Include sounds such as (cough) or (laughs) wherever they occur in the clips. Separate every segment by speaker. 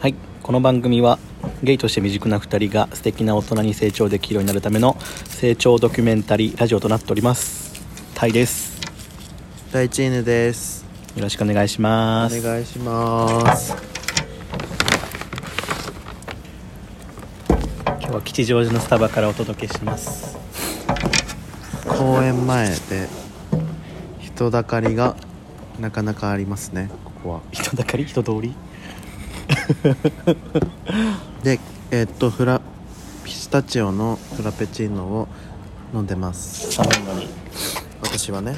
Speaker 1: はいこの番組はゲイとして未熟な2人が素敵な大人に成長できるようになるための成長ドキュメンタリーラジオとなっておりますタイです
Speaker 2: 第一犬です
Speaker 1: よろしくお願いし
Speaker 2: お
Speaker 1: ます
Speaker 2: 願いします
Speaker 1: 今日は吉祥寺のスタバからお届けします
Speaker 2: 公園前で人だかりがなかなかありますねここは
Speaker 1: 人だかり人通り
Speaker 2: でえっとフラピスタチオのフラペチーノを飲んでます
Speaker 1: 寒いのに
Speaker 2: 私はね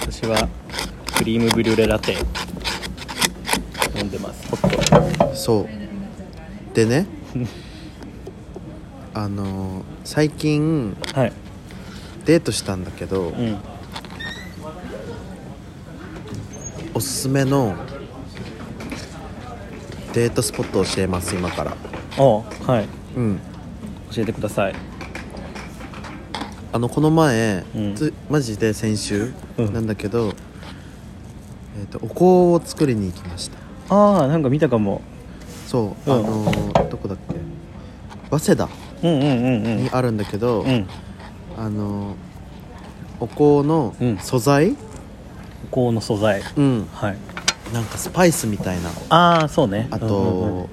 Speaker 1: 私はクリームブリュレラテ飲んでますホット
Speaker 2: そう
Speaker 1: (laughs)
Speaker 2: でねあの最近
Speaker 1: はい
Speaker 2: デートしたんだけど
Speaker 1: うん
Speaker 2: おすすめのデートスポットを教えます今から
Speaker 1: おうはい
Speaker 2: うん
Speaker 1: 教えてください
Speaker 2: あのこの前、
Speaker 1: うん
Speaker 2: つマジで先週
Speaker 1: うん
Speaker 2: なんだけど、えー、とお香を作りに行きました
Speaker 1: ああなんか見たかも
Speaker 2: そう、
Speaker 1: うん
Speaker 2: あのーどこだっけ早稲田
Speaker 1: うんうんうんう
Speaker 2: に
Speaker 1: ん
Speaker 2: あるんだけど、
Speaker 1: うん
Speaker 2: あのーお香の
Speaker 1: うん
Speaker 2: 素材、
Speaker 1: こうの素材
Speaker 2: うん
Speaker 1: はい
Speaker 2: なんかスパイスみたいな
Speaker 1: ああそうね
Speaker 2: あと、
Speaker 1: うんうんうん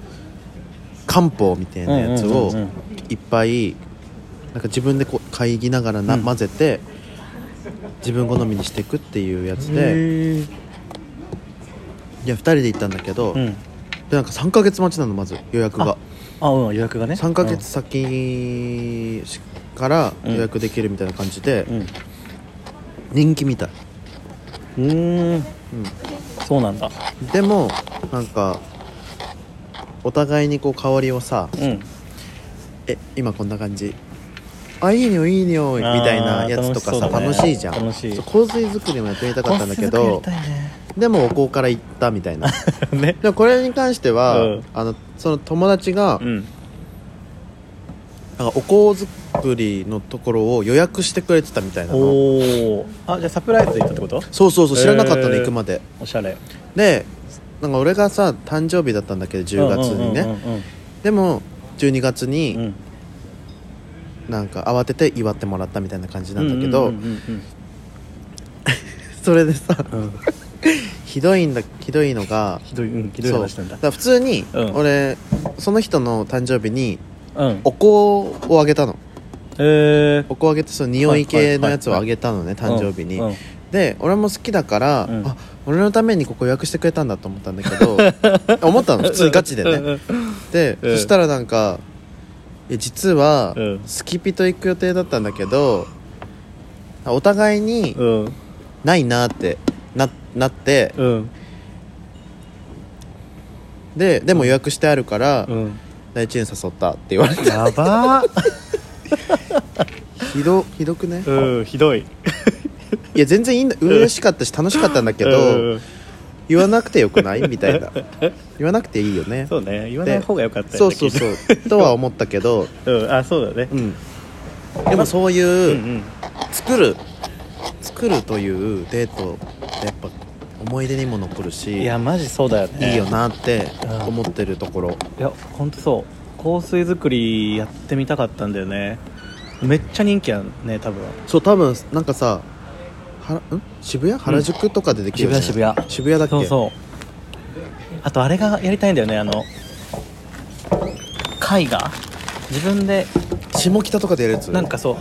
Speaker 2: 漢方みたいなやつを
Speaker 1: うんうんうん
Speaker 2: いっぱいなんか自分でこう買いぎながらな、
Speaker 1: うん
Speaker 2: 混ぜて自分好みにしていくっていうやつで。
Speaker 1: へー
Speaker 2: いや2人で行ったんだけど、
Speaker 1: う
Speaker 2: で
Speaker 1: ん
Speaker 2: なんか3ヶ月待ちなのまず予約が
Speaker 1: あうん予約がね
Speaker 2: 3ヶ月先しから予約できるみたいな感じで、
Speaker 1: うん
Speaker 2: 人気みたい、
Speaker 1: うんうーんそうなんだ
Speaker 2: うん、でもなんかお互いにこう香りをさ
Speaker 1: うん
Speaker 2: 「え今こんな感じ」あいい匂いいい匂いみ
Speaker 1: あー
Speaker 2: たいなやつとかさ楽,、
Speaker 1: 楽しそうだね
Speaker 2: しいじゃん
Speaker 1: 楽しい
Speaker 2: そう香水作りもやってみたかったんだけど
Speaker 1: 香水作りや
Speaker 2: でもお香から行ったみた
Speaker 1: (laughs)
Speaker 2: いな
Speaker 1: りたい
Speaker 2: (laughs)
Speaker 1: ねね
Speaker 2: でもこれに関しては、
Speaker 1: うん
Speaker 2: あのその友達が、
Speaker 1: うん
Speaker 2: なんかお香作りのところを予約してくれてたみたいなの
Speaker 1: おおあじゃあサプライズで行ったってこと
Speaker 2: そうそうそう知らなかったの、
Speaker 1: へー
Speaker 2: 行くまで
Speaker 1: おしゃれ
Speaker 2: でなんか俺がさ誕生日だったんだけど10月にね、
Speaker 1: う
Speaker 2: でも12月
Speaker 1: んうんうんうん
Speaker 2: になんか慌てて祝ってもらったみたいな感じなんだけ
Speaker 1: う
Speaker 2: ど、
Speaker 1: んうんうん
Speaker 2: それでさ
Speaker 1: うんうん
Speaker 2: ひどいんだひどいのが
Speaker 1: ひどいうんひどい
Speaker 2: そう
Speaker 1: 話なんだ
Speaker 2: だから普通に
Speaker 1: うん
Speaker 2: 俺、その人の誕生日に
Speaker 1: うん
Speaker 2: お香をあげたの
Speaker 1: えー
Speaker 2: お香をあげてその匂い系のやつをあげたのね、誕生日に、
Speaker 1: うんうん
Speaker 2: で俺も好きだから、
Speaker 1: うん
Speaker 2: あ俺のためにここ予約してくれたんだと思ったんだ
Speaker 1: (laughs)
Speaker 2: けど思ったの普通にガチで
Speaker 1: うんう
Speaker 2: ね
Speaker 1: ん
Speaker 2: で、
Speaker 1: うん
Speaker 2: そしたらなんか「いや実は
Speaker 1: うん
Speaker 2: スキピと行く予定だったんだけどお互いに
Speaker 1: うん
Speaker 2: ないな」ってななって
Speaker 1: うん
Speaker 2: ででも予約してあるから
Speaker 1: うん
Speaker 2: 「第一園誘った」って言われて
Speaker 1: やば
Speaker 2: (laughs)
Speaker 1: ー
Speaker 2: ひ (laughs) どひどくね
Speaker 1: うんひどい
Speaker 2: いや全然いいんだ嬉しかったし楽しかったんだけ
Speaker 1: う
Speaker 2: ど
Speaker 1: ん
Speaker 2: 言わなくてよくないみ
Speaker 1: (laughs)
Speaker 2: たいな言わなくていいよね
Speaker 1: そうね言わない方が良かったよね
Speaker 2: そうそ
Speaker 1: き
Speaker 2: う
Speaker 1: っ
Speaker 2: そう
Speaker 1: (laughs)
Speaker 2: とは思ったけど
Speaker 1: とうんあそうだね
Speaker 2: うん、でもそう
Speaker 1: う
Speaker 2: いう、
Speaker 1: ん
Speaker 2: 作る作るというデートってやっぱ思い出にも残る
Speaker 1: うん
Speaker 2: し
Speaker 1: いやマジそうだよね
Speaker 2: いいよなって
Speaker 1: うん
Speaker 2: 思ってるところ
Speaker 1: いやほんとそう香水作りやってみたかったんだよねめっちゃ人気やんね多分
Speaker 2: そう多分なんかさはん渋谷原宿とかでできるよね、
Speaker 1: 渋谷渋谷
Speaker 2: 渋谷だっけ
Speaker 1: そうそうあとあれがやりたいんだよねあの絵画自分で
Speaker 2: 下北とかでやるやつ
Speaker 1: なんかそう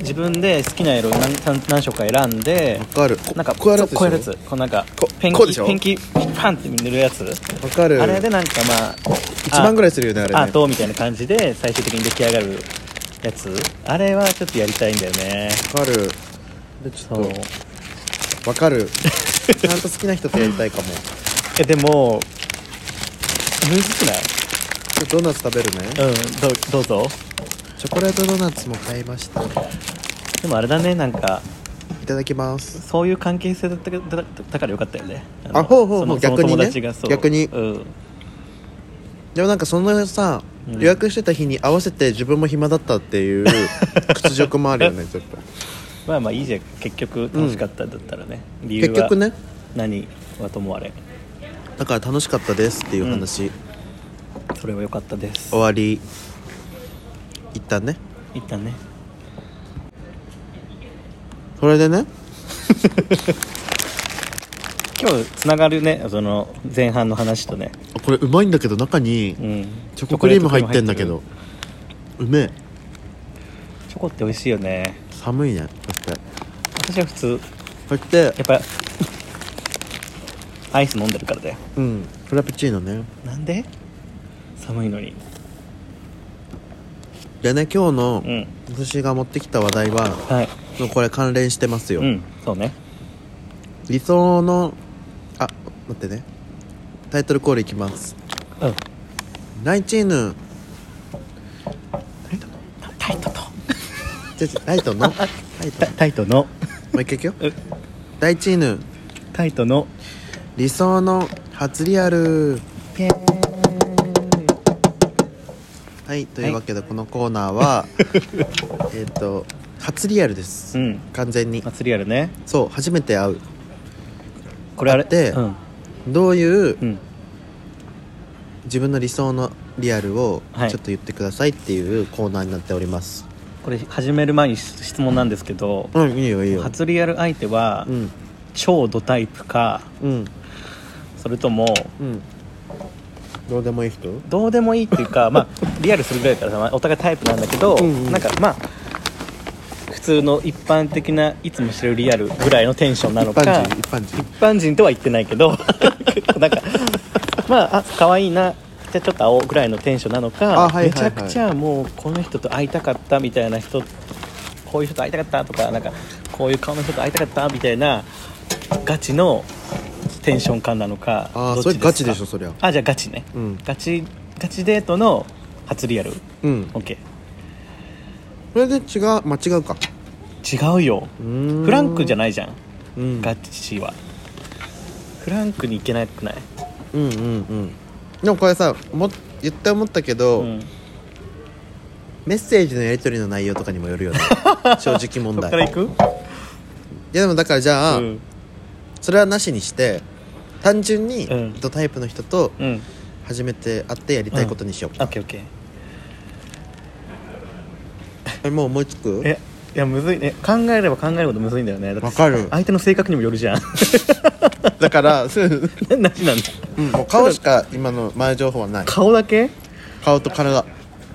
Speaker 1: 自分で好きな色を何何何色か選んで
Speaker 2: わかるこ
Speaker 1: なんか
Speaker 2: こうやるやつ
Speaker 1: そうこう
Speaker 2: でしょ
Speaker 1: やるやつこうなんか
Speaker 2: こ
Speaker 1: ペン
Speaker 2: こうでし
Speaker 1: キ
Speaker 2: ょ
Speaker 1: ペンキパンって塗るやつ
Speaker 2: わかる
Speaker 1: あれでなんかまあ
Speaker 2: 1万ぐ
Speaker 1: らい
Speaker 2: らいするよねあれね
Speaker 1: アートみたいな感じで最終的に出来上がるやつあれはちょっとやりたいんだよね
Speaker 2: わかるでちょ
Speaker 1: そう
Speaker 2: っとわかるちゃんと好きな人とやりたいかも
Speaker 1: えでもむずくない
Speaker 2: ちょドーナツ食べるね
Speaker 1: うんどうどうぞ
Speaker 2: チョコレートドーナツも買いました
Speaker 1: でもあれだねなんか
Speaker 2: いただきます
Speaker 1: そういう関係性だったけどだだからよかったよねの
Speaker 2: あほうほうほう
Speaker 1: その
Speaker 2: 逆
Speaker 1: そ
Speaker 2: にね
Speaker 1: の友達がそう
Speaker 2: 逆に
Speaker 1: うん
Speaker 2: でもなんかそのさ、
Speaker 1: うん
Speaker 2: 予約してた日に合わせて自分も暇だったって
Speaker 1: (laughs)
Speaker 2: いう屈辱もあるよねちょっと
Speaker 1: まあまあいいじゃん結局楽しかったんだったらね、理由は
Speaker 2: 結局ね
Speaker 1: 何はともあれ
Speaker 2: だから楽しかったですっていう話、
Speaker 1: それは良かったです
Speaker 2: 終わり一旦ね
Speaker 1: 一旦ね
Speaker 2: それでね
Speaker 1: 今日つながるねその前半の話とね、
Speaker 2: あこれうまいんだけど中に
Speaker 1: うん、
Speaker 2: チョコクリーム入ってんだ
Speaker 1: チ
Speaker 2: け
Speaker 1: ョコレートクリーム入
Speaker 2: どうめえ
Speaker 1: ってるチョコって美味しいよね
Speaker 2: 寒いねだって
Speaker 1: 私は普通
Speaker 2: そして
Speaker 1: やっぱアイス飲んでるからだよ
Speaker 2: うんフラペチーノね
Speaker 1: なんで寒いのに
Speaker 2: でね今日の
Speaker 1: うん
Speaker 2: 私が持ってきた話題は
Speaker 1: はい
Speaker 2: これ関連してますよ、
Speaker 1: うんそうね
Speaker 2: 理想のあ待ってねタイトルコールいきます
Speaker 1: うん
Speaker 2: ナイチーヌ
Speaker 1: タイトと
Speaker 2: じゃじゃライト (laughs) のライト
Speaker 1: タ
Speaker 2: も
Speaker 1: イトの
Speaker 2: う一回いくよ
Speaker 1: うん
Speaker 2: ダイチーヌ
Speaker 1: タイトの
Speaker 2: 理想の初リアル
Speaker 1: ペー
Speaker 2: はいというわけでこのコーナー (laughs) はえっと初リアルです、
Speaker 1: うん
Speaker 2: 完全に
Speaker 1: 祭りあるね
Speaker 2: そう初めて会う
Speaker 1: これあれ
Speaker 2: だって
Speaker 1: うん
Speaker 2: どういう
Speaker 1: うん
Speaker 2: 自分の理想のリアルをちょ
Speaker 1: は
Speaker 2: っ
Speaker 1: い
Speaker 2: と言ってくださいっていうコーナーになっております、
Speaker 1: これ始める前に質問なんですけど
Speaker 2: うんいいよいいよ
Speaker 1: 初リアル相手は
Speaker 2: うん
Speaker 1: 超ドタイプか
Speaker 2: うん
Speaker 1: それとも
Speaker 2: うんどうでもいい人
Speaker 1: どうでもいいっていう
Speaker 2: (laughs)
Speaker 1: かまあリアルするぐらいだからさお互いタイプなんだけど、
Speaker 2: うんうん
Speaker 1: なんかまあ普通の一般的ないつもしてるリアルぐらいのテンションなのか
Speaker 2: 一般人一般人
Speaker 1: 一般人とは言ってないけ
Speaker 2: (laughs)
Speaker 1: どなんかまああ可愛いなじゃあちょっと会おうぐらいのテンションなのか、
Speaker 2: あはいはいはい
Speaker 1: めちゃくちゃもうこの人と会いたかったみたいな人こういう人と会いたかったとかなんかこういう顔の人と会いたかったみたいなガチのテンション感なのか
Speaker 2: あ
Speaker 1: ど
Speaker 2: あ
Speaker 1: っ
Speaker 2: それ
Speaker 1: ち
Speaker 2: ガチ
Speaker 1: か
Speaker 2: でしょそりゃ
Speaker 1: あじゃあガチね、
Speaker 2: うん
Speaker 1: ガチガチデートの初リアル
Speaker 2: うん
Speaker 1: オッケ
Speaker 2: それで違うまあ違うか
Speaker 1: ー違うよフ
Speaker 2: フ
Speaker 1: ランクじゃ
Speaker 2: な
Speaker 1: な
Speaker 2: い
Speaker 1: いじゃん、
Speaker 2: うん
Speaker 1: ガチはフランクにいけなくない、
Speaker 2: うんうんうんでもこれさも言って思ったけど、
Speaker 1: うん、
Speaker 2: メッセージのやり取りの内容とかにもよるよ
Speaker 1: (laughs)
Speaker 2: ね正直問
Speaker 1: そっ
Speaker 2: 題
Speaker 1: から
Speaker 2: い
Speaker 1: 行く
Speaker 2: やでもだからじゃあ、
Speaker 1: うん
Speaker 2: それはなしにして単純に
Speaker 1: うん
Speaker 2: ドタイプの人と
Speaker 1: うん
Speaker 2: 初めて会ってやりたいことにしよう
Speaker 1: オッケーオッケー
Speaker 2: えもう思いつく
Speaker 1: えいやむずいね考えれば考えるほどむずいんだよねだって
Speaker 2: わかる
Speaker 1: 相手の性格にもよる (laughs) じゃん (laughs)
Speaker 2: だから、そう
Speaker 1: なしなんだ
Speaker 2: うん、もう顔しか今の前情報はない
Speaker 1: 顔だけ
Speaker 2: 顔と体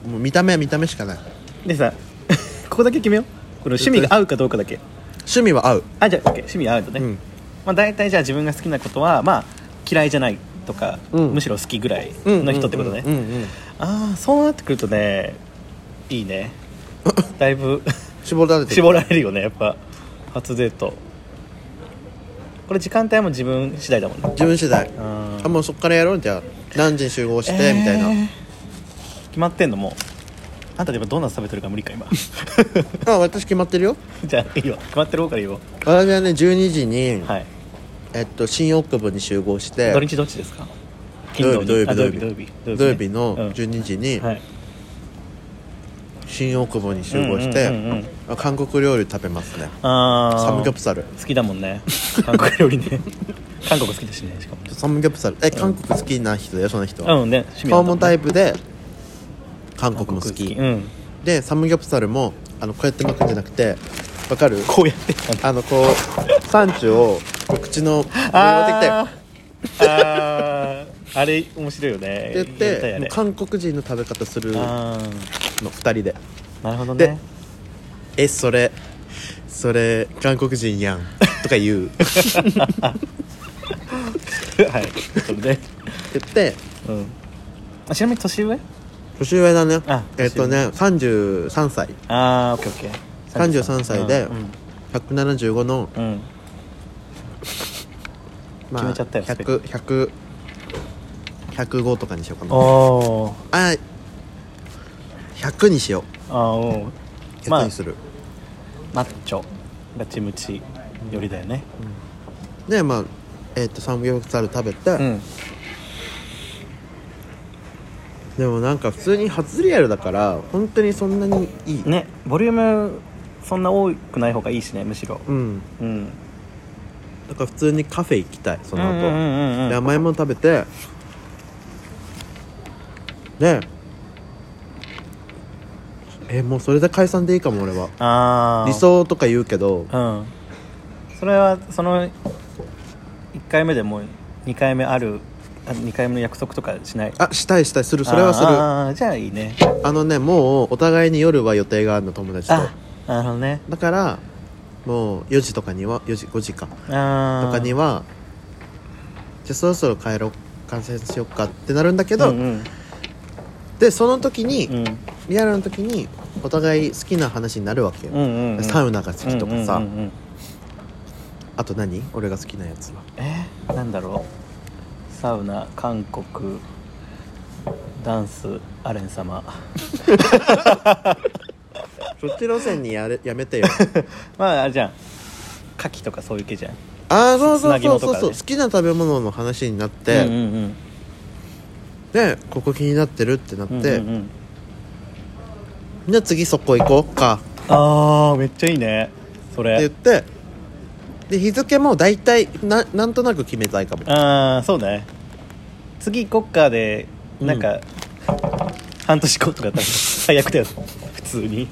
Speaker 2: もう見た目は見た目しかない
Speaker 1: で (laughs) さここだけ決めようこの趣味が合うかどうかだけ
Speaker 2: 趣味は合う、
Speaker 1: あじゃあ OK 趣味合うとね、
Speaker 2: うん
Speaker 1: まあ、大体じゃあ自分が好きなことはまあ嫌いじゃないとか、
Speaker 2: うん
Speaker 1: むしろ好きぐらいの人ってことね、
Speaker 2: うんうんうんうん
Speaker 1: ああそうなってくるとねいい
Speaker 2: (laughs)
Speaker 1: ねだいぶ
Speaker 2: 絞られてる
Speaker 1: 絞られるよねやっぱ初デートこれ時間帯も自分次第だもんね
Speaker 2: 自分次第
Speaker 1: あ
Speaker 2: あもうそっからやろうじゃあ何時に集合して、みたいな
Speaker 1: 決まってんのもうあんたでもドーナツ食べてるから無理
Speaker 2: (laughs)
Speaker 1: か今
Speaker 2: あ私決まってるよ
Speaker 1: じゃあいいよ決まってる方からいいよ
Speaker 2: 私はね12時に、
Speaker 1: はい
Speaker 2: えっと、新大久保に集合して
Speaker 1: 土日どっちですか
Speaker 2: 土曜日土曜
Speaker 1: あ
Speaker 2: 日土曜日
Speaker 1: 土曜日
Speaker 2: 土曜日の
Speaker 1: うん
Speaker 2: 12時に
Speaker 1: はい
Speaker 2: 新大久保に集合して、
Speaker 1: うんうんうんうん
Speaker 2: あ韓国料理食べますね
Speaker 1: あー
Speaker 2: サムギョプサル
Speaker 1: 好きだもんね韓国料理
Speaker 2: (laughs)
Speaker 1: ね韓国好きだしねしかも
Speaker 2: サムギョプサルえ韓国好きな人だよその人は、
Speaker 1: うんね趣味
Speaker 2: 顔もタイ
Speaker 1: プ
Speaker 2: プで韓国も好き
Speaker 1: うん
Speaker 2: でサムギョプサルもあのこうやって巻くんじゃなくてわかる
Speaker 1: こうやってあ
Speaker 2: あのこうサンチュをこう口の上に持ってきたよ
Speaker 1: ーあーあれ面白いよね
Speaker 2: って言
Speaker 1: や
Speaker 2: っ
Speaker 1: りたい
Speaker 2: て
Speaker 1: あ
Speaker 2: も
Speaker 1: れ
Speaker 2: う韓国人の食べ方するの
Speaker 1: あー
Speaker 2: 2人で
Speaker 1: なるほど
Speaker 2: で
Speaker 1: ね
Speaker 2: 「えそれそれ韓国人やん」とか言うって
Speaker 1: はいそれで
Speaker 2: 言
Speaker 1: (laughs)
Speaker 2: って
Speaker 1: うんあちなみに年上
Speaker 2: 年上だね
Speaker 1: あ
Speaker 2: えっとね33歳
Speaker 1: ああオッケーオッケー
Speaker 2: 33歳で
Speaker 1: うん
Speaker 2: 175の、
Speaker 1: うん、うん
Speaker 2: ま
Speaker 1: 決めちゃったよスペッ
Speaker 2: 100100 105とかにしようかな
Speaker 1: おー
Speaker 2: あ100にしよ
Speaker 1: あーおー
Speaker 2: う
Speaker 1: まあ
Speaker 2: 100にする、
Speaker 1: マッチョガチムチよりだよね
Speaker 2: でまあえっ、とサムギョプサル食べて、
Speaker 1: うん
Speaker 2: でもなんか普通に初リアルだから本当にそんなにいい、
Speaker 1: ねボリュームそんな多くない方がいいしねむしろ
Speaker 2: うん
Speaker 1: うん
Speaker 2: だから普通にカフェ行きたいそ
Speaker 1: そ
Speaker 2: の後、
Speaker 1: うんうんうんうん
Speaker 2: で甘いもの食べてねえもうそれで解散でいいかも俺は
Speaker 1: ああ
Speaker 2: 理想とか言うけど
Speaker 1: うんそれはその1回目でもう2回目ある2回目の約束とかしない
Speaker 2: あしたいしたいするそれはするあ
Speaker 1: あーじゃあいいね
Speaker 2: のねもうお互いに夜は予定があるの友達と
Speaker 1: あなるほどね
Speaker 2: だからもう4時とかには4時5時か
Speaker 1: あ
Speaker 2: とかに
Speaker 1: は
Speaker 2: はじゃあそろそろ帰ろう観戦しようかってなるんだけど、
Speaker 1: うんうん
Speaker 2: でその時に、
Speaker 1: うん
Speaker 2: リアルの時にお互い好きな話になるわけよ、
Speaker 1: うんうんうん
Speaker 2: サウナが好きとかさ、
Speaker 1: うんうんうんうん
Speaker 2: あと何俺が好きなやつは
Speaker 1: えーなんだろうサウナ韓国ダンスアレン様
Speaker 2: そっち路線にやれやめてよ
Speaker 1: まああれじゃん牡蠣とかそういう系じゃん
Speaker 2: (laughs) ああそう
Speaker 1: つ
Speaker 2: そ
Speaker 1: な
Speaker 2: う
Speaker 1: ぎ
Speaker 2: そ
Speaker 1: の
Speaker 2: う
Speaker 1: と
Speaker 2: そ
Speaker 1: か
Speaker 2: う
Speaker 1: ね
Speaker 2: そう、好きな食べ物の話になっ
Speaker 1: うん
Speaker 2: て、
Speaker 1: うんうん
Speaker 2: でここ気になってるってなって、
Speaker 1: うんうんうん
Speaker 2: じゃあ次そこ行こうか
Speaker 1: あーめっちゃいいねそ
Speaker 2: って言
Speaker 1: れ
Speaker 2: ってで日付も大体ななんとなく決めたいかも
Speaker 1: ああそうね次国家でなんか、半年後とかだったら最悪だよ普通に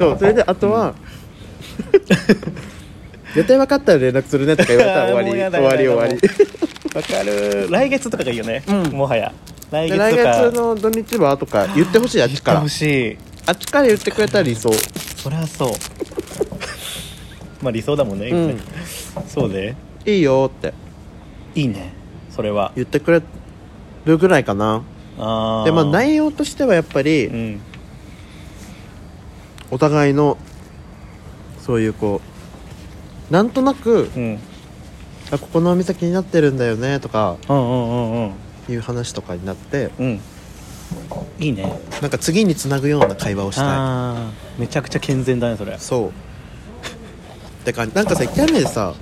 Speaker 2: そうそれであとは、予定分かったら連絡するねとか言われたら終わり
Speaker 1: (laughs) もうやだ
Speaker 2: 終わり終わ
Speaker 1: や
Speaker 2: り
Speaker 1: だわかる来月とかがいいよね、
Speaker 2: うん
Speaker 1: もはや来月
Speaker 2: で来
Speaker 1: とか
Speaker 2: 月の土日はとか言ってほしいあっちか
Speaker 1: 言って
Speaker 2: ら
Speaker 1: ほしい
Speaker 2: あっちから言ってくれたら理想
Speaker 1: そりゃそう (laughs) まあ理想だもんね、
Speaker 2: うん
Speaker 1: そうで
Speaker 2: いいよって
Speaker 1: いいねそれは
Speaker 2: 言ってくれるぐらいかな
Speaker 1: あー
Speaker 2: でまあ内容としてはやっぱ
Speaker 1: う
Speaker 2: り
Speaker 1: ん
Speaker 2: お互いのそういうこうなんとなく
Speaker 1: うん
Speaker 2: あここのお店気になってるんだよねとか
Speaker 1: うんうんうんうん
Speaker 2: いう話とかになって
Speaker 1: うんいいね
Speaker 2: なんか次につなぐような会話をした
Speaker 1: あーめちゃくちゃ健全だねそれ
Speaker 2: いそうてかなんかさ1回目でさ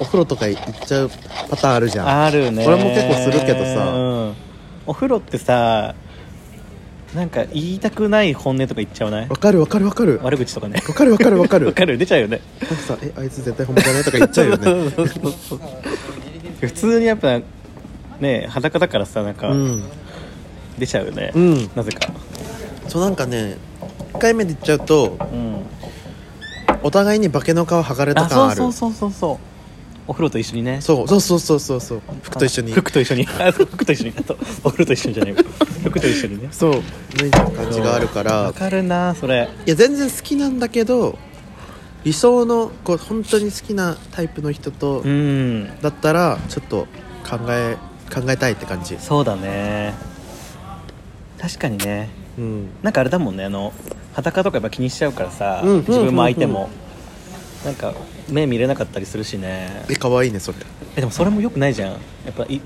Speaker 2: お風呂とか行っちゃうパターンあるじゃん
Speaker 1: あるね
Speaker 2: 俺も結構するけどさ
Speaker 1: うん、お風呂ってさなんか言いたくない本音とか言っちゃわない
Speaker 2: わかるわかるわかるわ
Speaker 1: 悪口とかね
Speaker 2: かるわかるわかる
Speaker 1: わかる出ちゃうよね
Speaker 2: なんかさ「えあいつ絶対本物だね」とか言っちゃう
Speaker 1: (laughs)
Speaker 2: よね
Speaker 1: そうそうそう普通にやっぱね裸だからさなんか
Speaker 2: うん
Speaker 1: 出ちゃうよね、
Speaker 2: うん
Speaker 1: なぜか
Speaker 2: そうなんかね1回目で言っちゃうと
Speaker 1: うん
Speaker 2: お互いに化けの皮剥がれ
Speaker 1: あ
Speaker 2: た感
Speaker 1: そ
Speaker 2: あ
Speaker 1: う
Speaker 2: る
Speaker 1: そうそうそうそうお風呂と一緒にね
Speaker 2: そうそうそうそうそうそう服と一緒に
Speaker 1: あ服と一緒にあそう服と一緒にあとお風呂と一緒にじゃない服と一緒にね
Speaker 2: そう脱いでる感じがあるから
Speaker 1: わかるなそれ
Speaker 2: いや全然好きなんだけど理想のこう本当に好きなタイプの人と
Speaker 1: うん
Speaker 2: だったらちょっと考え考えたいって感じ
Speaker 1: そうだね確かにね
Speaker 2: うん
Speaker 1: なんかあれだもんねあの裸とかやっぱ気にしちゃうからさ、
Speaker 2: うん
Speaker 1: 自分も相手
Speaker 2: うんう
Speaker 1: も、なんか目見れなかったりするしね
Speaker 2: え可愛いねそれ
Speaker 1: えでもそれもよくないじゃんやっぱい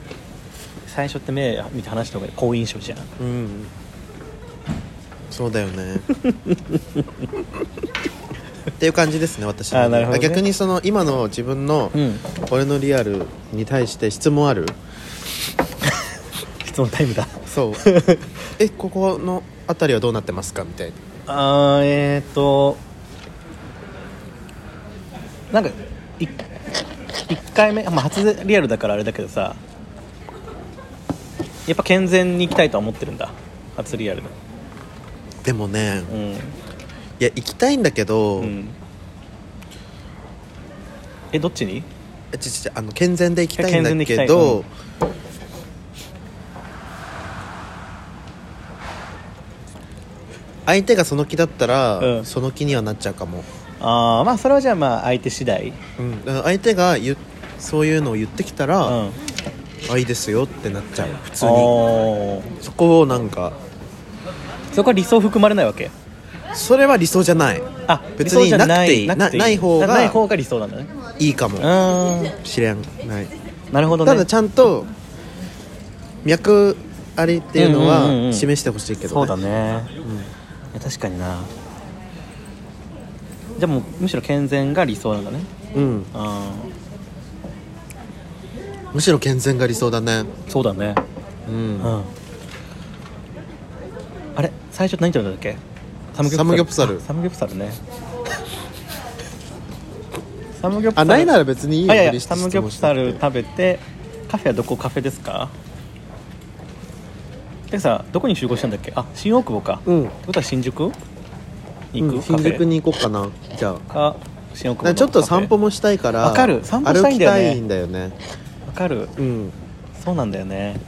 Speaker 1: 最初って目見て話した方が好印象じゃん
Speaker 2: うんそうだよねっていう感じですね私の
Speaker 1: あなるほどね
Speaker 2: 逆にその今の自分の
Speaker 1: うん
Speaker 2: 俺のリアルに対して質問ある
Speaker 1: 質問タイムだ
Speaker 2: そう (laughs) えここの辺りはどうなってますかみたいな
Speaker 1: あーえっ、ー、となんかい1回目、まあ、初リアルだからあれだけどさやっぱ健全に行きたいとは思ってるんだ初リアルの
Speaker 2: でもね
Speaker 1: うん、
Speaker 2: いや行きたいんだけど、
Speaker 1: うん、えどっちに
Speaker 2: えちちあの健全で行きたいん
Speaker 1: 健全で行
Speaker 2: だ
Speaker 1: きた
Speaker 2: け
Speaker 1: い
Speaker 2: ど、
Speaker 1: うん
Speaker 2: 相手がその気だったら、
Speaker 1: うん
Speaker 2: その気にはなっちゃうかも、
Speaker 1: ああまあそれはじゃあまあ相手次第
Speaker 2: うん、だから相手が言うそういうのを言ってきたら、
Speaker 1: うん
Speaker 2: あいいですよってなっちゃう普通に
Speaker 1: おー
Speaker 2: そこをなんか
Speaker 1: そこは理想含まれないわけ
Speaker 2: それは理想じゃない
Speaker 1: あ
Speaker 2: 別
Speaker 1: 理想
Speaker 2: に
Speaker 1: じゃ
Speaker 2: なくていい
Speaker 1: なくて
Speaker 2: なない方が
Speaker 1: なない方が理想なんだね
Speaker 2: いいかも
Speaker 1: うー
Speaker 2: しれんない
Speaker 1: んなるほどね
Speaker 2: ただちゃんと脈ありっていうの
Speaker 1: うんうんうんう
Speaker 2: は
Speaker 1: ん
Speaker 2: 示してほしいけど、ね
Speaker 1: そうだね、いや確かになじゃあもうむしろ健全が理想なんだね
Speaker 2: うん
Speaker 1: う
Speaker 2: むしろ健全が理想だね
Speaker 1: んそうだね
Speaker 2: うん
Speaker 1: うんあれ最初何食べたんだっけサ
Speaker 2: サムギョプサル
Speaker 1: あサムギョプサルね (laughs) サムギョプサ
Speaker 2: あ
Speaker 1: ル
Speaker 2: ないなら
Speaker 1: い
Speaker 2: 別にいい
Speaker 1: いや
Speaker 2: 無
Speaker 1: いや
Speaker 2: 理して
Speaker 1: サムギョプサル食べてカフェはどこカフェですかでさどこに集合したんだっけあ新大久保か、っ
Speaker 2: うん
Speaker 1: てことは新宿に行く、
Speaker 2: うん
Speaker 1: カフ
Speaker 2: 新
Speaker 1: ェ
Speaker 2: 宿に行こうかなじゃあ
Speaker 1: か新大久
Speaker 2: だか
Speaker 1: 保
Speaker 2: ら
Speaker 1: の
Speaker 2: ちょっと
Speaker 1: カフェ
Speaker 2: 散歩もしたいから
Speaker 1: わかる散歩したいんだよね
Speaker 2: 歩きたいんだよね
Speaker 1: わかる
Speaker 2: うん
Speaker 1: そうなんだよね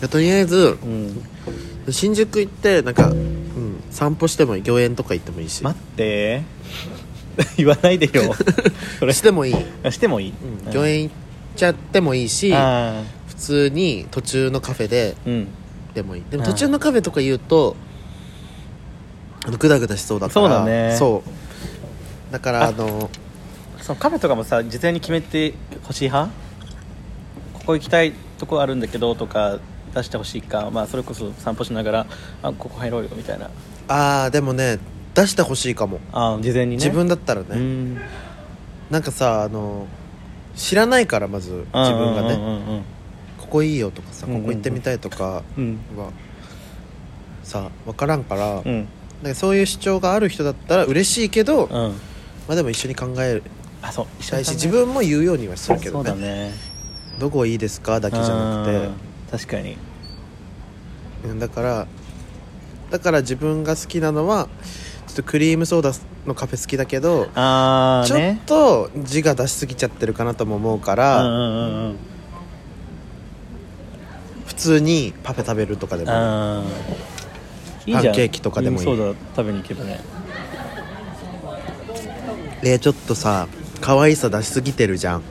Speaker 2: いやとりあえず
Speaker 1: うん
Speaker 2: 新宿行ってなんか、うん、散歩してもいい御苑とか行ってもいいし、
Speaker 1: 待って (laughs) 言わないで
Speaker 2: (laughs)
Speaker 1: よそれ
Speaker 2: してもいい、う
Speaker 1: してもいい、
Speaker 2: ん
Speaker 1: うん
Speaker 2: 御苑行っちゃってもいいし
Speaker 1: あ
Speaker 2: 普通に途中のカフェで
Speaker 1: ーうん
Speaker 2: でもいいでも
Speaker 1: うん
Speaker 2: 途中のカフェとか言うとあのグダグダしそうだか
Speaker 1: そ
Speaker 2: ら
Speaker 1: うだね
Speaker 2: そうだから
Speaker 1: あ
Speaker 2: あの
Speaker 1: そのカフェとかもさ事前に決めてほしい派ここ行きたいとこあるんだけどとか出してほしいか、まあ、それこそ散歩しながらあここ入ろうよみたいな
Speaker 2: ああでもね出してほしいかも、
Speaker 1: あー事前にね
Speaker 2: 自分だったらね、
Speaker 1: うん
Speaker 2: なんかさあの知らないからまず自分がね、
Speaker 1: うんうんうん
Speaker 2: ここいいよとかさ
Speaker 1: うんうんう
Speaker 2: こ
Speaker 1: ん
Speaker 2: こ行ってみたいとか
Speaker 1: うん
Speaker 2: はさ分からんから、
Speaker 1: う
Speaker 2: なん
Speaker 1: ん
Speaker 2: かそういう主張がある人だったら嬉しいけど、ま
Speaker 1: うん
Speaker 2: あでも一緒に考え
Speaker 1: あそう一緒
Speaker 2: た
Speaker 1: に
Speaker 2: いし
Speaker 1: 考え
Speaker 2: 自分も言うようにはするけ
Speaker 1: そ
Speaker 2: ど
Speaker 1: う
Speaker 2: ね
Speaker 1: だね
Speaker 2: どこいいですかだけじゃなく
Speaker 1: て
Speaker 2: て
Speaker 1: 確かに
Speaker 2: うんだからだから自分が好きなのはちょっとクリームソーダのカフェ好きだけど、
Speaker 1: あ
Speaker 2: ち
Speaker 1: あ
Speaker 2: ょっ
Speaker 1: ね
Speaker 2: と字が出しすぎちゃってるかなとも思うか
Speaker 1: うん
Speaker 2: ら、
Speaker 1: うんうんうん
Speaker 2: 普通にパフェ食べるとかでも
Speaker 1: あーいいじ
Speaker 2: パ
Speaker 1: ゃ
Speaker 2: ン
Speaker 1: ん
Speaker 2: ケーキとかでもいい
Speaker 1: クリームソーダ食べに行けばね
Speaker 2: でちょっとさ可愛さ出しすぎてるじゃん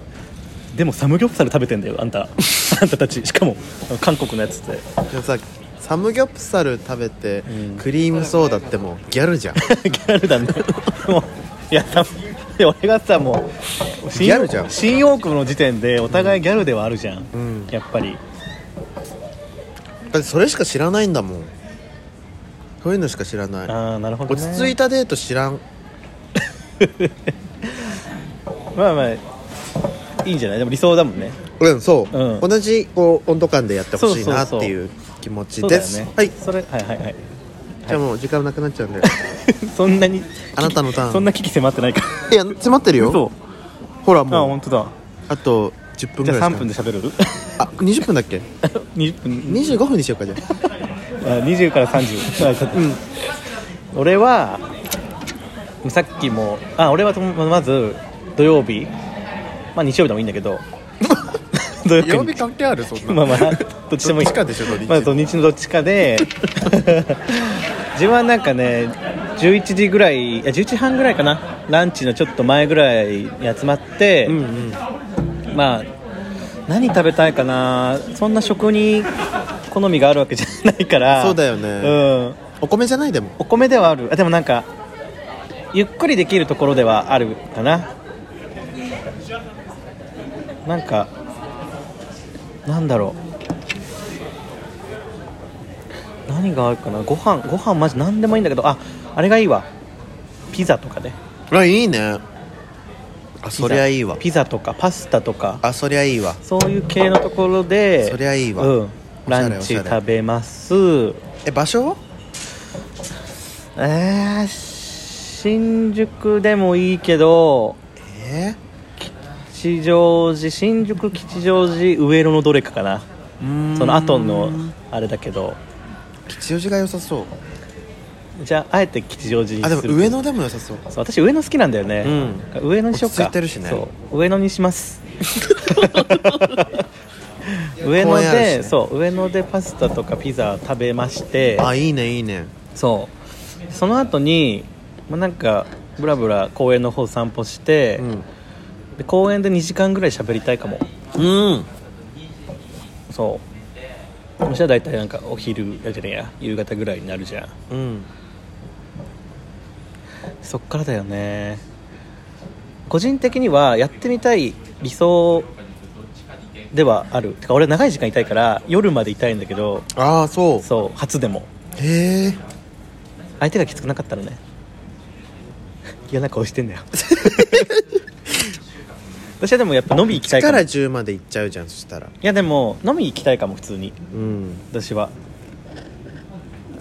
Speaker 1: でもサムギョプサル食べてんだよあんた (laughs) あんたたちしかも韓国のやつって
Speaker 2: でもさサムギョプサル食べて、
Speaker 1: うん
Speaker 2: クリームソーダってもうギャ
Speaker 1: (laughs)
Speaker 2: ルじゃんギ
Speaker 1: ギャルだね (laughs) もういや多分いや俺がさもう新
Speaker 2: ギャルじゃん
Speaker 1: 新大久保の時点でお互いギャルではあるじゃん、
Speaker 2: ん
Speaker 1: やっぱり
Speaker 2: だってそれしか知らないんだもんそういうのしか知らない
Speaker 1: ああなるほど、
Speaker 2: 落
Speaker 1: ね、
Speaker 2: ち着いたデート知らん
Speaker 1: まあまあいいんじゃないでも理想だもんね
Speaker 2: うんそう、
Speaker 1: うん
Speaker 2: 同じこう温度感でやってほしいなって
Speaker 1: そうそうそう
Speaker 2: いう気持ち
Speaker 1: そうだ
Speaker 2: で
Speaker 1: よ
Speaker 2: す
Speaker 1: ね
Speaker 2: はい
Speaker 1: それはいはいはい
Speaker 2: じゃあもう時間なくなっちゃうんで
Speaker 1: (laughs) そんなに
Speaker 2: あなたのターン
Speaker 1: そんな危機迫ってないか
Speaker 2: いや詰まってる
Speaker 1: ら
Speaker 2: よ
Speaker 1: 嘘
Speaker 2: ほら
Speaker 1: あ
Speaker 2: も
Speaker 1: 本
Speaker 2: う
Speaker 1: 当だ
Speaker 2: あと10分
Speaker 1: じ
Speaker 2: ぐらい
Speaker 1: ゃあ
Speaker 2: しか
Speaker 1: 3分で喋 (laughs) る
Speaker 2: あ20分だっけ
Speaker 1: 20分
Speaker 2: 25分にしようかじゃあ
Speaker 1: あ20から30あちょっと俺はさっきもあ俺はともまず土曜日まあ日曜日でもいいんだけ
Speaker 2: (laughs)
Speaker 1: ど土曜日
Speaker 2: (laughs) 曜日
Speaker 1: に
Speaker 2: 関係あるそんな
Speaker 1: まあまあどっちでもいい
Speaker 2: どっちかでしょ土日
Speaker 1: まあ土日のどっちかで自分はなんかね11時ぐらいいや11時半ぐらいかなランチのちょっと前ぐらいに集まって、
Speaker 2: (laughs) うんうん
Speaker 1: まあ何食べたいかなそんな食に好みがあるわけじゃないから
Speaker 2: そうだよね
Speaker 1: うん
Speaker 2: お米じゃないでも
Speaker 1: お米ではあるあでもなんかゆっくりできるところではあるかななんかなんだろう何があるかなご飯ご飯マジ何でもいいんだけどああれがいいわピザとかね
Speaker 2: あいいねあ
Speaker 1: ピザ
Speaker 2: そりゃいいわ
Speaker 1: ピザとかパスタとか
Speaker 2: あそりゃいいわ
Speaker 1: そういう系のところで
Speaker 2: そりゃいいわ
Speaker 1: うん、
Speaker 2: おしゃれ
Speaker 1: ランチ
Speaker 2: おしゃれ
Speaker 1: 食べます
Speaker 2: え場所
Speaker 1: えー、新宿でもいいけど
Speaker 2: え
Speaker 1: 吉祥寺新宿吉祥寺上野のどれかかな
Speaker 2: ーうーん
Speaker 1: その後のあれだけど
Speaker 2: 吉祥寺が良さそう
Speaker 1: じゃああえて吉祥寺に
Speaker 2: あ
Speaker 1: す
Speaker 2: で
Speaker 1: る
Speaker 2: も上野でも良さそう
Speaker 1: そう私上野好きなんだよね、上野にしよっか
Speaker 2: 落ち着いてるしね
Speaker 1: そう上野にします
Speaker 2: (laughs)
Speaker 1: 上野
Speaker 2: 公園あるし
Speaker 1: で、
Speaker 2: ね
Speaker 1: そう上野でパスタとかピザ食べまして
Speaker 2: あいいねいいね
Speaker 1: そうその後に、まあ、なんかブラブラ公園の方散歩して、
Speaker 2: うん
Speaker 1: で公園で2時間ぐらい喋りたいかも
Speaker 2: うん
Speaker 1: そうそしたら大体なんかお昼やじゃねえや夕方ぐらいになるじゃん
Speaker 2: うん
Speaker 1: そっからだよね個人的にはやってみたい理想ではあるてか俺長い時間いたいから夜までいたいんだけど
Speaker 2: ああそう
Speaker 1: そう初でも
Speaker 2: へえ
Speaker 1: 相手がきつくなかったらね嫌な顔してん
Speaker 2: (laughs)
Speaker 1: だよ私はでもやっぱ飲み行きたいか
Speaker 2: か
Speaker 1: も
Speaker 2: ら
Speaker 1: い
Speaker 2: 10まで行っちゃうじゃんそしたら
Speaker 1: やでも飲み行きたいかも普通に
Speaker 2: うん
Speaker 1: 私は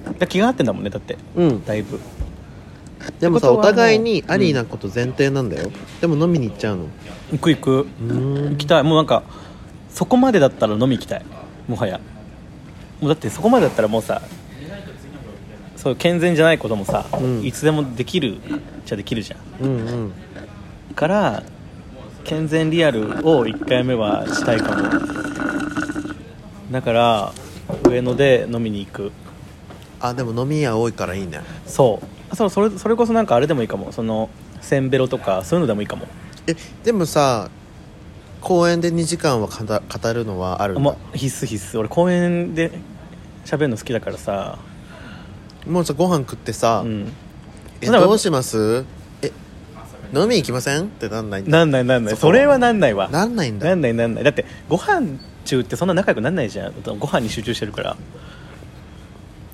Speaker 1: だから気が合ってんだもんねだって
Speaker 2: うん
Speaker 1: だいぶ
Speaker 2: でも
Speaker 1: ってことは
Speaker 2: さ
Speaker 1: も
Speaker 2: お
Speaker 1: う
Speaker 2: 互いにありなこと前提なんだよでも飲みに行っちゃうの
Speaker 1: 行く行く
Speaker 2: うーん
Speaker 1: 行きたいもうなんかそこまでだったら飲み行きたいもはやもうだってそこまでだったらもうさそういう健全じゃないこともさ、
Speaker 2: うん
Speaker 1: いつでもできるじゃできるじゃん
Speaker 2: うんうん
Speaker 1: から健全リアルを1回目はしたいかもだから上野で飲みに行く
Speaker 2: あでも飲み屋多いからいいね
Speaker 1: そうそうそれそれこそなんかあれでもいいかもそのせんべろとかそういうのでもいいかも
Speaker 2: えでもさ公園で2時間は語語るのはあるんだ
Speaker 1: もう必須必須俺公園で喋るの好きだからさ
Speaker 2: もうさご飯食ってさ、
Speaker 1: うん
Speaker 2: え
Speaker 1: ほら
Speaker 2: どうしますえ飲み行きませんってなんないんだ
Speaker 1: なんないなんない
Speaker 2: そこ
Speaker 1: それはなんないわ
Speaker 2: なんないんだ
Speaker 1: なんないなんないだってご飯中ってそんな仲良くなんないじゃんご飯に集中してるから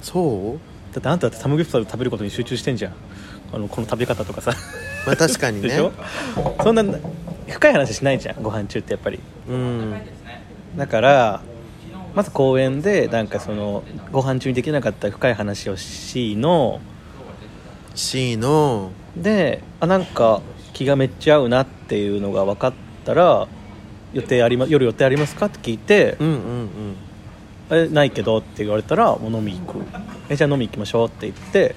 Speaker 2: そう
Speaker 1: だってあんただってサムギョプサル食べることに集中してんじゃんあのこの食べ方とかさ
Speaker 2: まあ確かに
Speaker 1: で
Speaker 2: ね
Speaker 1: しょそんな深い話しないじゃんご飯中ってやっぱり
Speaker 2: うん
Speaker 1: だからまず公園でなんかそのご飯中にできなかった深い話をしの
Speaker 2: C の
Speaker 1: であなんか気がめっちゃ合うなっていうのが分かったら予定あり、ま、夜予定ありますかって聞いて
Speaker 2: うんうんうん
Speaker 1: 「えないけど」って言われたらもう飲み行く「えじゃあ飲み行きましょう」って言って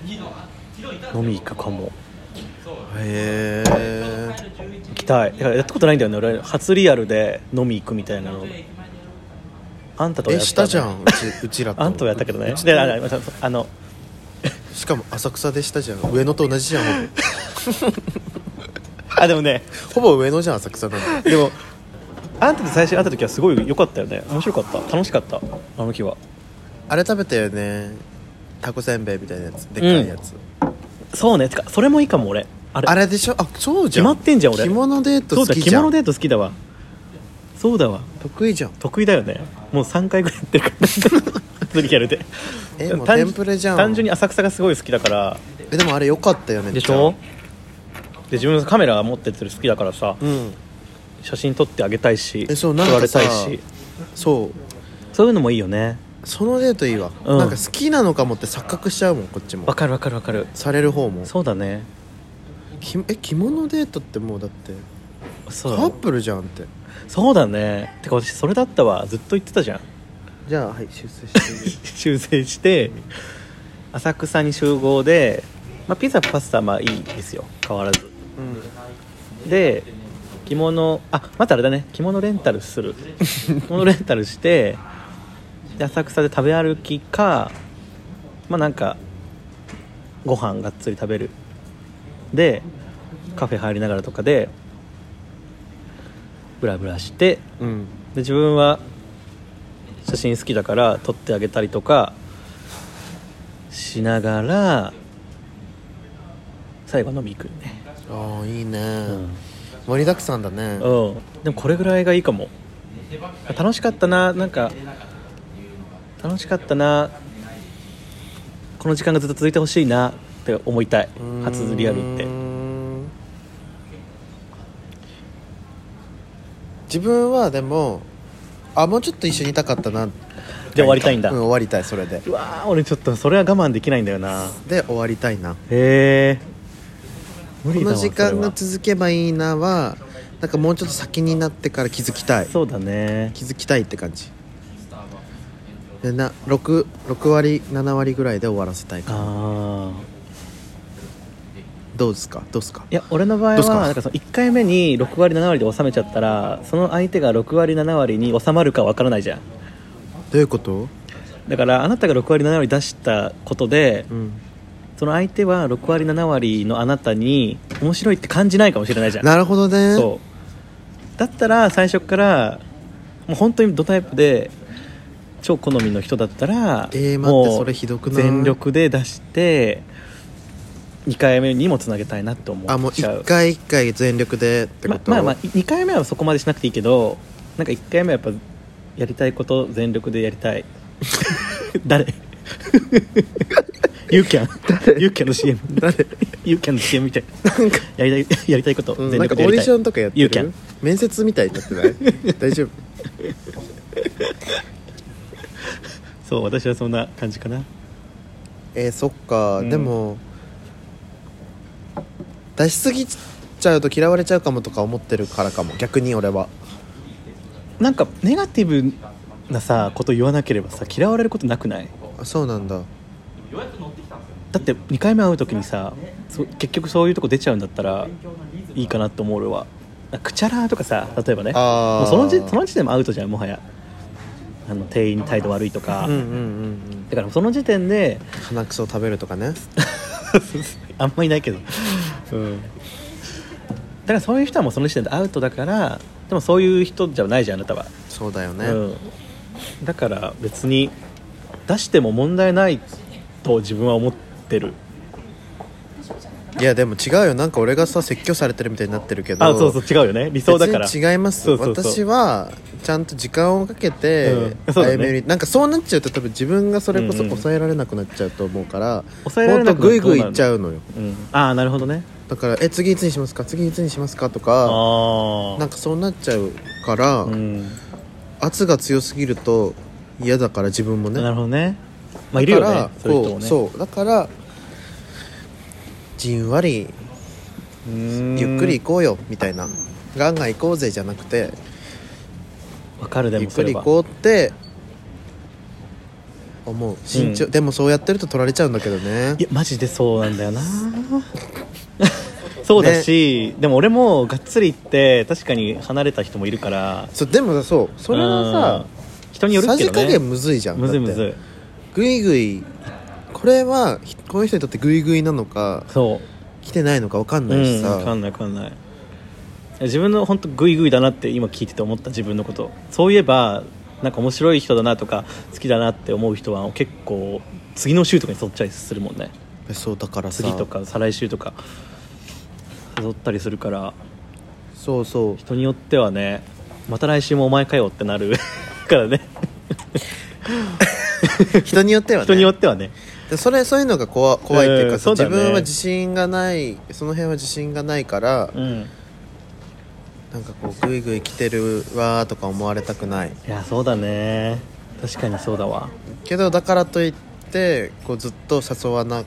Speaker 1: 飲み行くかも
Speaker 2: へえ
Speaker 1: 行きたいだからやったことないんだよね俺初リアルで飲み行くみたいなのあんたとは
Speaker 2: え
Speaker 1: やった
Speaker 2: したじゃ
Speaker 1: ん
Speaker 2: んうちうちら
Speaker 1: (laughs)
Speaker 2: と
Speaker 1: あんたはやったけどね
Speaker 2: うち
Speaker 1: でああああの
Speaker 2: しかも浅草でしたじゃん
Speaker 1: (laughs)
Speaker 2: 上野と同じじゃん
Speaker 1: あでもね
Speaker 2: ほぼほぼ上野じゃん浅草なんで
Speaker 1: でもあんたと最初に会った時はすごい良かったよね面白かった楽しかったあの日は
Speaker 2: あれ食べたよねタコせんべいみたいなやつでっかいやつ、
Speaker 1: そうねてかそれもいいかも俺あれ
Speaker 2: あれでしょあそうじゃ
Speaker 1: 決
Speaker 2: ん
Speaker 1: まってんじゃん俺
Speaker 2: 着物デート
Speaker 1: そう
Speaker 2: 好
Speaker 1: だ
Speaker 2: き
Speaker 1: 着
Speaker 2: じゃ
Speaker 1: 物
Speaker 2: ん
Speaker 1: デート好きだわそうだわ
Speaker 2: 得意じゃん
Speaker 1: 得意だよねもう3回ぐらいやってるから (laughs) 次やるで
Speaker 2: えもう
Speaker 1: 単
Speaker 2: テンプレじゃん
Speaker 1: 単純に浅草がすごい好きだから
Speaker 2: えでもあれ良かったよね
Speaker 1: でしょで自分カメラ持ってってる好きだからさ
Speaker 2: うん
Speaker 1: 写真撮ってあげたいし
Speaker 2: えそう
Speaker 1: 撮
Speaker 2: なん
Speaker 1: ら
Speaker 2: か
Speaker 1: れ
Speaker 2: さ
Speaker 1: たいし
Speaker 2: そう
Speaker 1: そういうのもいいよね
Speaker 2: そのデートいいわ、
Speaker 1: うん
Speaker 2: なんか好きなのかもって錯覚しちゃうもんこっちも
Speaker 1: わかるわかるわかる
Speaker 2: される方も
Speaker 1: そうだね
Speaker 2: きえ着物デートってもうだってカ
Speaker 1: そ
Speaker 2: ッ
Speaker 1: う
Speaker 2: プルじゃんって
Speaker 1: そうだねてか私それだったわずっと言ってたじゃん (laughs)
Speaker 2: じゃあはい出世して
Speaker 1: 修正して浅草に集合で、まあ、ピザパスタまあいいですよ変わらず
Speaker 2: み
Speaker 1: (laughs)
Speaker 2: る、
Speaker 1: で着物あまたあれだね着物レンタル (laughs) する着物レンタルしてで浅草で食べ歩きかまあなんかご飯がっつり食べるでカフェ入りながらとかでブラブラして
Speaker 2: うん、うん、
Speaker 1: で自分は写真好きだから撮ってあげたりとかしながら最後飲み行くね、
Speaker 2: ああいいね、
Speaker 1: うん
Speaker 2: 盛りだくさんだ
Speaker 1: う
Speaker 2: ね
Speaker 1: んでもこれぐらいがいいかも楽しかったななんか楽しかったなこの時間がずっと続いてほしいなって思いたいう
Speaker 2: ーん
Speaker 1: 初リアルって
Speaker 2: 自分はでもあもうちょっと一緒にいたかった
Speaker 1: じゃ
Speaker 2: な
Speaker 1: あ終わりたいんだ
Speaker 2: うん、終わりたいそれで
Speaker 1: うわー俺ちょっとそれは我慢できないんだよな
Speaker 2: で終わりたいな
Speaker 1: へえ無
Speaker 2: こ
Speaker 1: 理だ
Speaker 2: の
Speaker 1: わ
Speaker 2: 時間が
Speaker 1: それ
Speaker 2: 続けばいいなはなんかもうちょっと先になってから気づきた
Speaker 1: はいそうだね
Speaker 2: 気づきたいって感じでな 6, 6割7割ぐらいで終わらせたいから
Speaker 1: ああ
Speaker 2: どうですかどうですか
Speaker 1: いや俺の場合
Speaker 2: どうっす
Speaker 1: は
Speaker 2: か
Speaker 1: なんかその1回目に6割7割で収めちゃったらその相手が6割7割に収まるかわからないじゃん
Speaker 2: どういうこと
Speaker 1: だからあなたが6割7割出したことで
Speaker 2: うん
Speaker 1: その相手は6割7割のあなたに面白いって感じないかもしれないじゃん
Speaker 2: なるほどね
Speaker 1: そうだったら最初からもう本当にドタイプで超好みの人だったら、
Speaker 2: えー待って
Speaker 1: もう
Speaker 2: それひどくない
Speaker 1: 全力で出して2回目にもつなげたいなって思
Speaker 2: あもう
Speaker 1: っちゃう
Speaker 2: 一回一回全力でってこと、
Speaker 1: ままあまあ2回目はそこまでしなくていいけどなんか1回目はやっぱやりたいこと全力でやりたい (laughs) 誰 (laughs) ユーキャンユーキャンの CM
Speaker 2: 誰
Speaker 1: ユーキャンの CM みたいなんかやりたいやりたいこと
Speaker 2: うん
Speaker 1: 全
Speaker 2: なんか
Speaker 1: 力
Speaker 2: オ
Speaker 1: でやりたい
Speaker 2: ーディションとかやって
Speaker 1: ユーキャ
Speaker 2: る
Speaker 1: ン
Speaker 2: 面接みたいになってない
Speaker 1: (laughs)
Speaker 2: 大丈夫
Speaker 1: そう私はそんな感じかな
Speaker 2: えー、そっか、
Speaker 1: うん
Speaker 2: でも出しすぎちゃうと嫌われちゃうかもとか思ってるからかも逆に俺は
Speaker 1: なんかネガティブなさこと言わなければさ嫌われることなくない
Speaker 2: あそうなんだ
Speaker 1: だって2回目会う時にさそ結局そういうとこ出ちゃうんだったらいいかなと思う俺はくちゃらとかさ例えばね
Speaker 2: あー
Speaker 1: もうその時その時点もアウトじゃんもはやあの店員に態度悪いとか、
Speaker 2: うんうんうんうん
Speaker 1: だからその時点
Speaker 2: (laughs)
Speaker 1: で
Speaker 2: 鼻くそ食べるとか
Speaker 1: (laughs)
Speaker 2: ね
Speaker 1: あんまいないけど、うん、だからそういう人はもうその時点でアウトだからでもそういう人じゃないじゃんあなたは、
Speaker 2: そうだよね、
Speaker 1: うん、だから別に出しても問題ないと自分は思ってる
Speaker 2: いやでも違うよなんか俺がさ説教されてるみたいになってるけど
Speaker 1: あそうそう違うよね理想だから
Speaker 2: 別に違います
Speaker 1: そうそうそう
Speaker 2: 私はちゃんと時間をかけて、
Speaker 1: うんそうだね
Speaker 2: 歩み寄りなんかそうなっちゃうと多分自分がそれこそ
Speaker 1: うんうん
Speaker 2: 抑えられなくなっちゃうと思うから、
Speaker 1: 抑えられなくなると
Speaker 2: もっとグイグイいっちゃうのよ
Speaker 1: うん、ああなるほどね
Speaker 2: だからえ次いつにしますか次いつにしますかとか
Speaker 1: ああ
Speaker 2: なんかそうなっちゃうから、
Speaker 1: うん
Speaker 2: 圧が強すぎると嫌だから自分もね
Speaker 1: なるほどねまあい
Speaker 2: だ
Speaker 1: る
Speaker 2: か
Speaker 1: よね
Speaker 2: ら
Speaker 1: そういう人も
Speaker 2: こう
Speaker 1: ね
Speaker 2: そうだからじんわり
Speaker 1: うーん
Speaker 2: ゆっくり行こうよみたいなガンガン行こうぜじゃなくて
Speaker 1: わかるで
Speaker 2: ゆ
Speaker 1: も
Speaker 2: っ
Speaker 1: そ
Speaker 2: く
Speaker 1: れ
Speaker 2: り
Speaker 1: は
Speaker 2: 行こうって思う慎重、
Speaker 1: うん
Speaker 2: でもそうやってると取られちゃうんだけどね
Speaker 1: いやマジでそうなんだ
Speaker 2: (laughs)
Speaker 1: よなそうだし、でも俺もがっつり行って確かに離れた人もいるから
Speaker 2: そうでもさそうそれはさ
Speaker 1: うん人によるけ
Speaker 2: じ
Speaker 1: どね
Speaker 2: 加減むずいじゃん
Speaker 1: むずいむ
Speaker 2: だ
Speaker 1: ず
Speaker 2: って
Speaker 1: い
Speaker 2: グイグイこれはひこの人にとってグイグイなのか
Speaker 1: そ
Speaker 2: 来てないのか分かん
Speaker 1: う、う
Speaker 2: ないし
Speaker 1: ん、
Speaker 2: さ、
Speaker 1: わかんないわかんない自分の本当グイグイだなって今聞いてて思った自分のことそういえばなんか面白い人だなとか好きだなって思う人は結構次の週とかに沿っちゃいするもんね
Speaker 2: えそうだからさ
Speaker 1: 次とか再来週とか誘ったりするから
Speaker 2: そうそう
Speaker 1: 人によってはねまた来週もお前かよってなる (laughs) からね
Speaker 2: 人によっては
Speaker 1: (laughs)
Speaker 2: ね
Speaker 1: 人によってはね
Speaker 2: でそれそういうのが怖怖いっていうかさ、
Speaker 1: うんそうだ
Speaker 2: 自
Speaker 1: ね
Speaker 2: 分は自信がないその辺は自信がないから、
Speaker 1: うん
Speaker 2: なんかこうグイグイ来てるわーとか思われたくない
Speaker 1: いやそうだね確かにそうだわ
Speaker 2: けどだからといってこうずっと誘わななん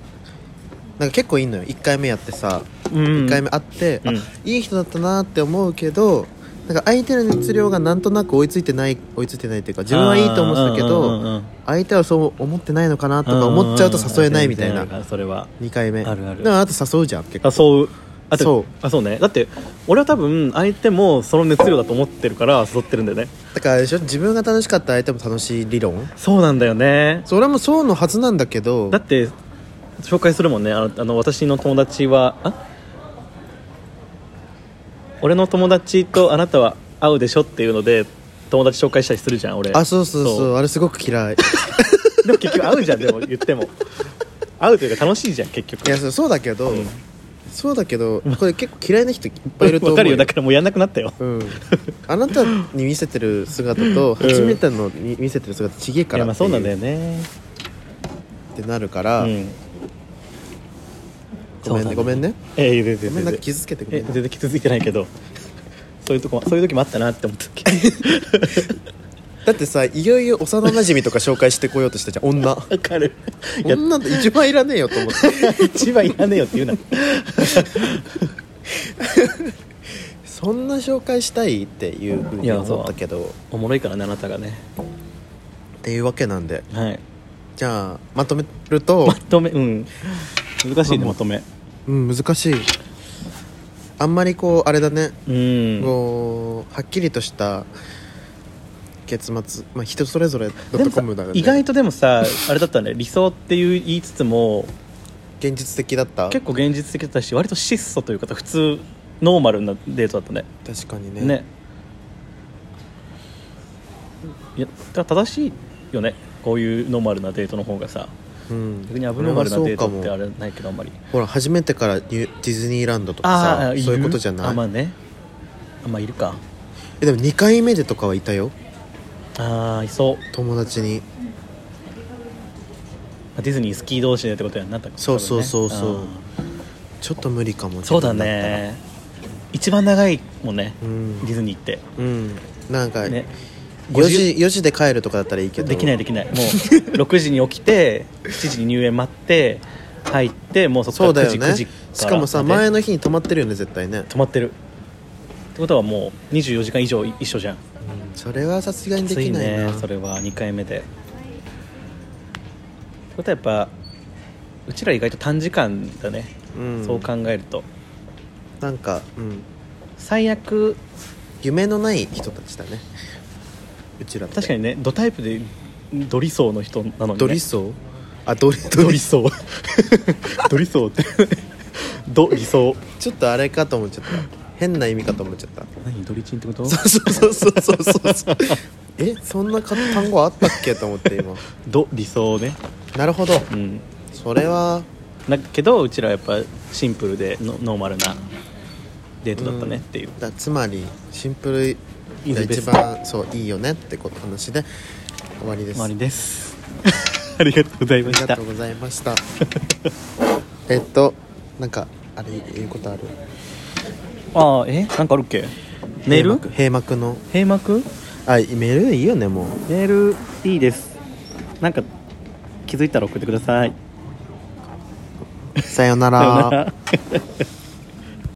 Speaker 2: か結構いいのよ1回目やってさ、
Speaker 1: うん
Speaker 2: 1回目会って、
Speaker 1: うん
Speaker 2: あいい人だったなーって思うけどなんか相手の熱量がなんとなく追いついてない追いついてないっていうか自分はいいと思ってたけ
Speaker 1: うんうんうんう
Speaker 2: ど
Speaker 1: ん
Speaker 2: 相手はそう思ってないのかなとか思っちゃうと誘えないみたい
Speaker 1: うんう
Speaker 2: なん
Speaker 1: うんうんそれは
Speaker 2: 2回目
Speaker 1: あるある
Speaker 2: でもあなた誘うじゃん結構
Speaker 1: 誘うあと
Speaker 2: そう
Speaker 1: あそうねだって俺は多分相手もその熱量だと思ってるから誘ってるんだよね
Speaker 2: だからあれでしょ自分が楽しかったら相手も楽しい理論
Speaker 1: そうなんだよね
Speaker 2: それもそうのはずなんだけど
Speaker 1: だって紹介するもんねあのあの私の友達はあ俺の友達とあなたは会うでしょっていうので友達紹介したりするじゃん俺
Speaker 2: あそうそうそう
Speaker 1: そ
Speaker 2: あれすごく嫌い
Speaker 1: でも結局会うじゃんでも言っても会うというか楽しいじゃん結局
Speaker 2: いやそうそうだけど、
Speaker 1: うん
Speaker 2: そうだけどこれ結構嫌いな人いっぱいいると思
Speaker 1: わ
Speaker 2: う
Speaker 1: かるよだからもうやんなくなったよ
Speaker 2: うん、あなたに見せてる姿と
Speaker 1: うん
Speaker 2: 初めてのに見せてる姿ちげえか
Speaker 1: い
Speaker 2: ら
Speaker 1: やまあそうなんだ
Speaker 2: っ
Speaker 1: よね
Speaker 2: ていうってなるから、
Speaker 1: うん
Speaker 2: ごめん
Speaker 1: そうだ
Speaker 2: ね
Speaker 1: ね
Speaker 2: ごめんね
Speaker 1: ええ全
Speaker 2: ご
Speaker 1: 然
Speaker 2: め
Speaker 1: 全
Speaker 2: んなん
Speaker 1: 然
Speaker 2: か傷つけてごめ
Speaker 1: え
Speaker 2: んね
Speaker 1: 全然気づいてないけどそういうとこそういう時もあったなって思った時
Speaker 2: だってさいよいよ幼馴
Speaker 1: (laughs)
Speaker 2: 染とか紹介してこようとしたじゃん女
Speaker 1: わかるいや
Speaker 2: 女って一番いらねえよと思って
Speaker 1: 一番いらねえよって言うな
Speaker 2: そんな紹介したいっていうふ
Speaker 1: い
Speaker 2: うに
Speaker 1: やそう
Speaker 2: 思ったけどっ
Speaker 1: おもろいからねあなたがね
Speaker 2: ていうわけなんで
Speaker 1: はい
Speaker 2: じゃあまとめると
Speaker 1: まとめうん難しいねまとめ
Speaker 2: うん難しいあんまりこうあれだね
Speaker 1: うん
Speaker 2: こうはっきりとした結末、まあ、人それぞれド
Speaker 1: で
Speaker 2: ット
Speaker 1: も
Speaker 2: コ
Speaker 1: さ
Speaker 2: ムだよね
Speaker 1: 意外とでもさあれだったね理想っていう言いつつも
Speaker 2: 現実的だった
Speaker 1: 結構現実的だったし割と質素というか普通ノーマルなデートだったね
Speaker 2: 確かにね
Speaker 1: ねいやだから正しいよねこういうノーマルなデートの方がさ
Speaker 2: うん、
Speaker 1: 逆にアブノーマルなデートってあ
Speaker 2: れ
Speaker 1: れないけどあんまり
Speaker 2: ほら初めてからニューディズニーランドとかさ
Speaker 1: る
Speaker 2: そういうことじゃな
Speaker 1: あ
Speaker 2: い、
Speaker 1: まあねあまあいるか
Speaker 2: えでも2回目でとかはいたよ
Speaker 1: ああいそう
Speaker 2: 友達に
Speaker 1: ディズニー好き同士でってことやんなったからね
Speaker 2: そうそうそうそう
Speaker 1: うん
Speaker 2: ちょっと無理かも
Speaker 1: そうだ
Speaker 2: 自
Speaker 1: ね一番長いもんね、
Speaker 2: 分だった
Speaker 1: ディズニーって
Speaker 2: らうん、うん、なんか、
Speaker 1: ね
Speaker 2: 4
Speaker 1: 50
Speaker 2: 時4時で帰るとかだったらいいけど
Speaker 1: できないできないもう (laughs) 6時に起きて7時に入園待って入ってもうそ
Speaker 2: そ
Speaker 1: こ
Speaker 2: う
Speaker 1: か
Speaker 2: だ
Speaker 1: ら
Speaker 2: よ
Speaker 1: 9時
Speaker 2: ね
Speaker 1: 9時
Speaker 2: しかもさ
Speaker 1: まで
Speaker 2: 前の日に泊まってるよね絶対ね
Speaker 1: 止まってるってことはもう24時間以上一緒じゃん
Speaker 2: うんそれはさすがにで
Speaker 1: つ
Speaker 2: き
Speaker 1: い
Speaker 2: ないな
Speaker 1: ねそれは2回目でってことはやっぱうちら意外と短時間だね、
Speaker 2: うん
Speaker 1: そう考えると
Speaker 2: なんか、うん、
Speaker 1: 最悪
Speaker 2: 夢のない人たちだねうちらって
Speaker 1: 確かにねドタイプでドリソーの人なのに、ね、
Speaker 2: ド
Speaker 1: (laughs)
Speaker 2: リソーあドリド
Speaker 1: ド
Speaker 2: リ
Speaker 1: リソードリソーって (laughs) ド理想
Speaker 2: (laughs) ちょっとあれかと思っちゃった変な意味かと思っちゃった
Speaker 1: 何ドリチンってこと
Speaker 2: そうそうそうそうそうそうえそんなか単語あったっけと思って今
Speaker 1: ド理想ね
Speaker 2: なるほど
Speaker 1: うん
Speaker 2: それは
Speaker 1: だけどうちらはやっぱシンプルでノノーマルなデートだったねっていう、
Speaker 2: だつまりシンプル
Speaker 1: Is
Speaker 2: が
Speaker 1: best
Speaker 2: 一番そういいよねってこと話で終わりです
Speaker 1: 終わりです (laughs) ありがとうございま
Speaker 2: あり
Speaker 1: し
Speaker 2: が
Speaker 1: た
Speaker 2: とうございましたえっとなんかあれ言うことある
Speaker 1: ああえなんかあるっけメール
Speaker 2: 閉幕閉幕の
Speaker 1: 閉幕
Speaker 2: あメールいいよねもう
Speaker 1: メールいいですなんか気づいたら送ってください
Speaker 2: さよな
Speaker 1: さような
Speaker 2: ら
Speaker 1: ら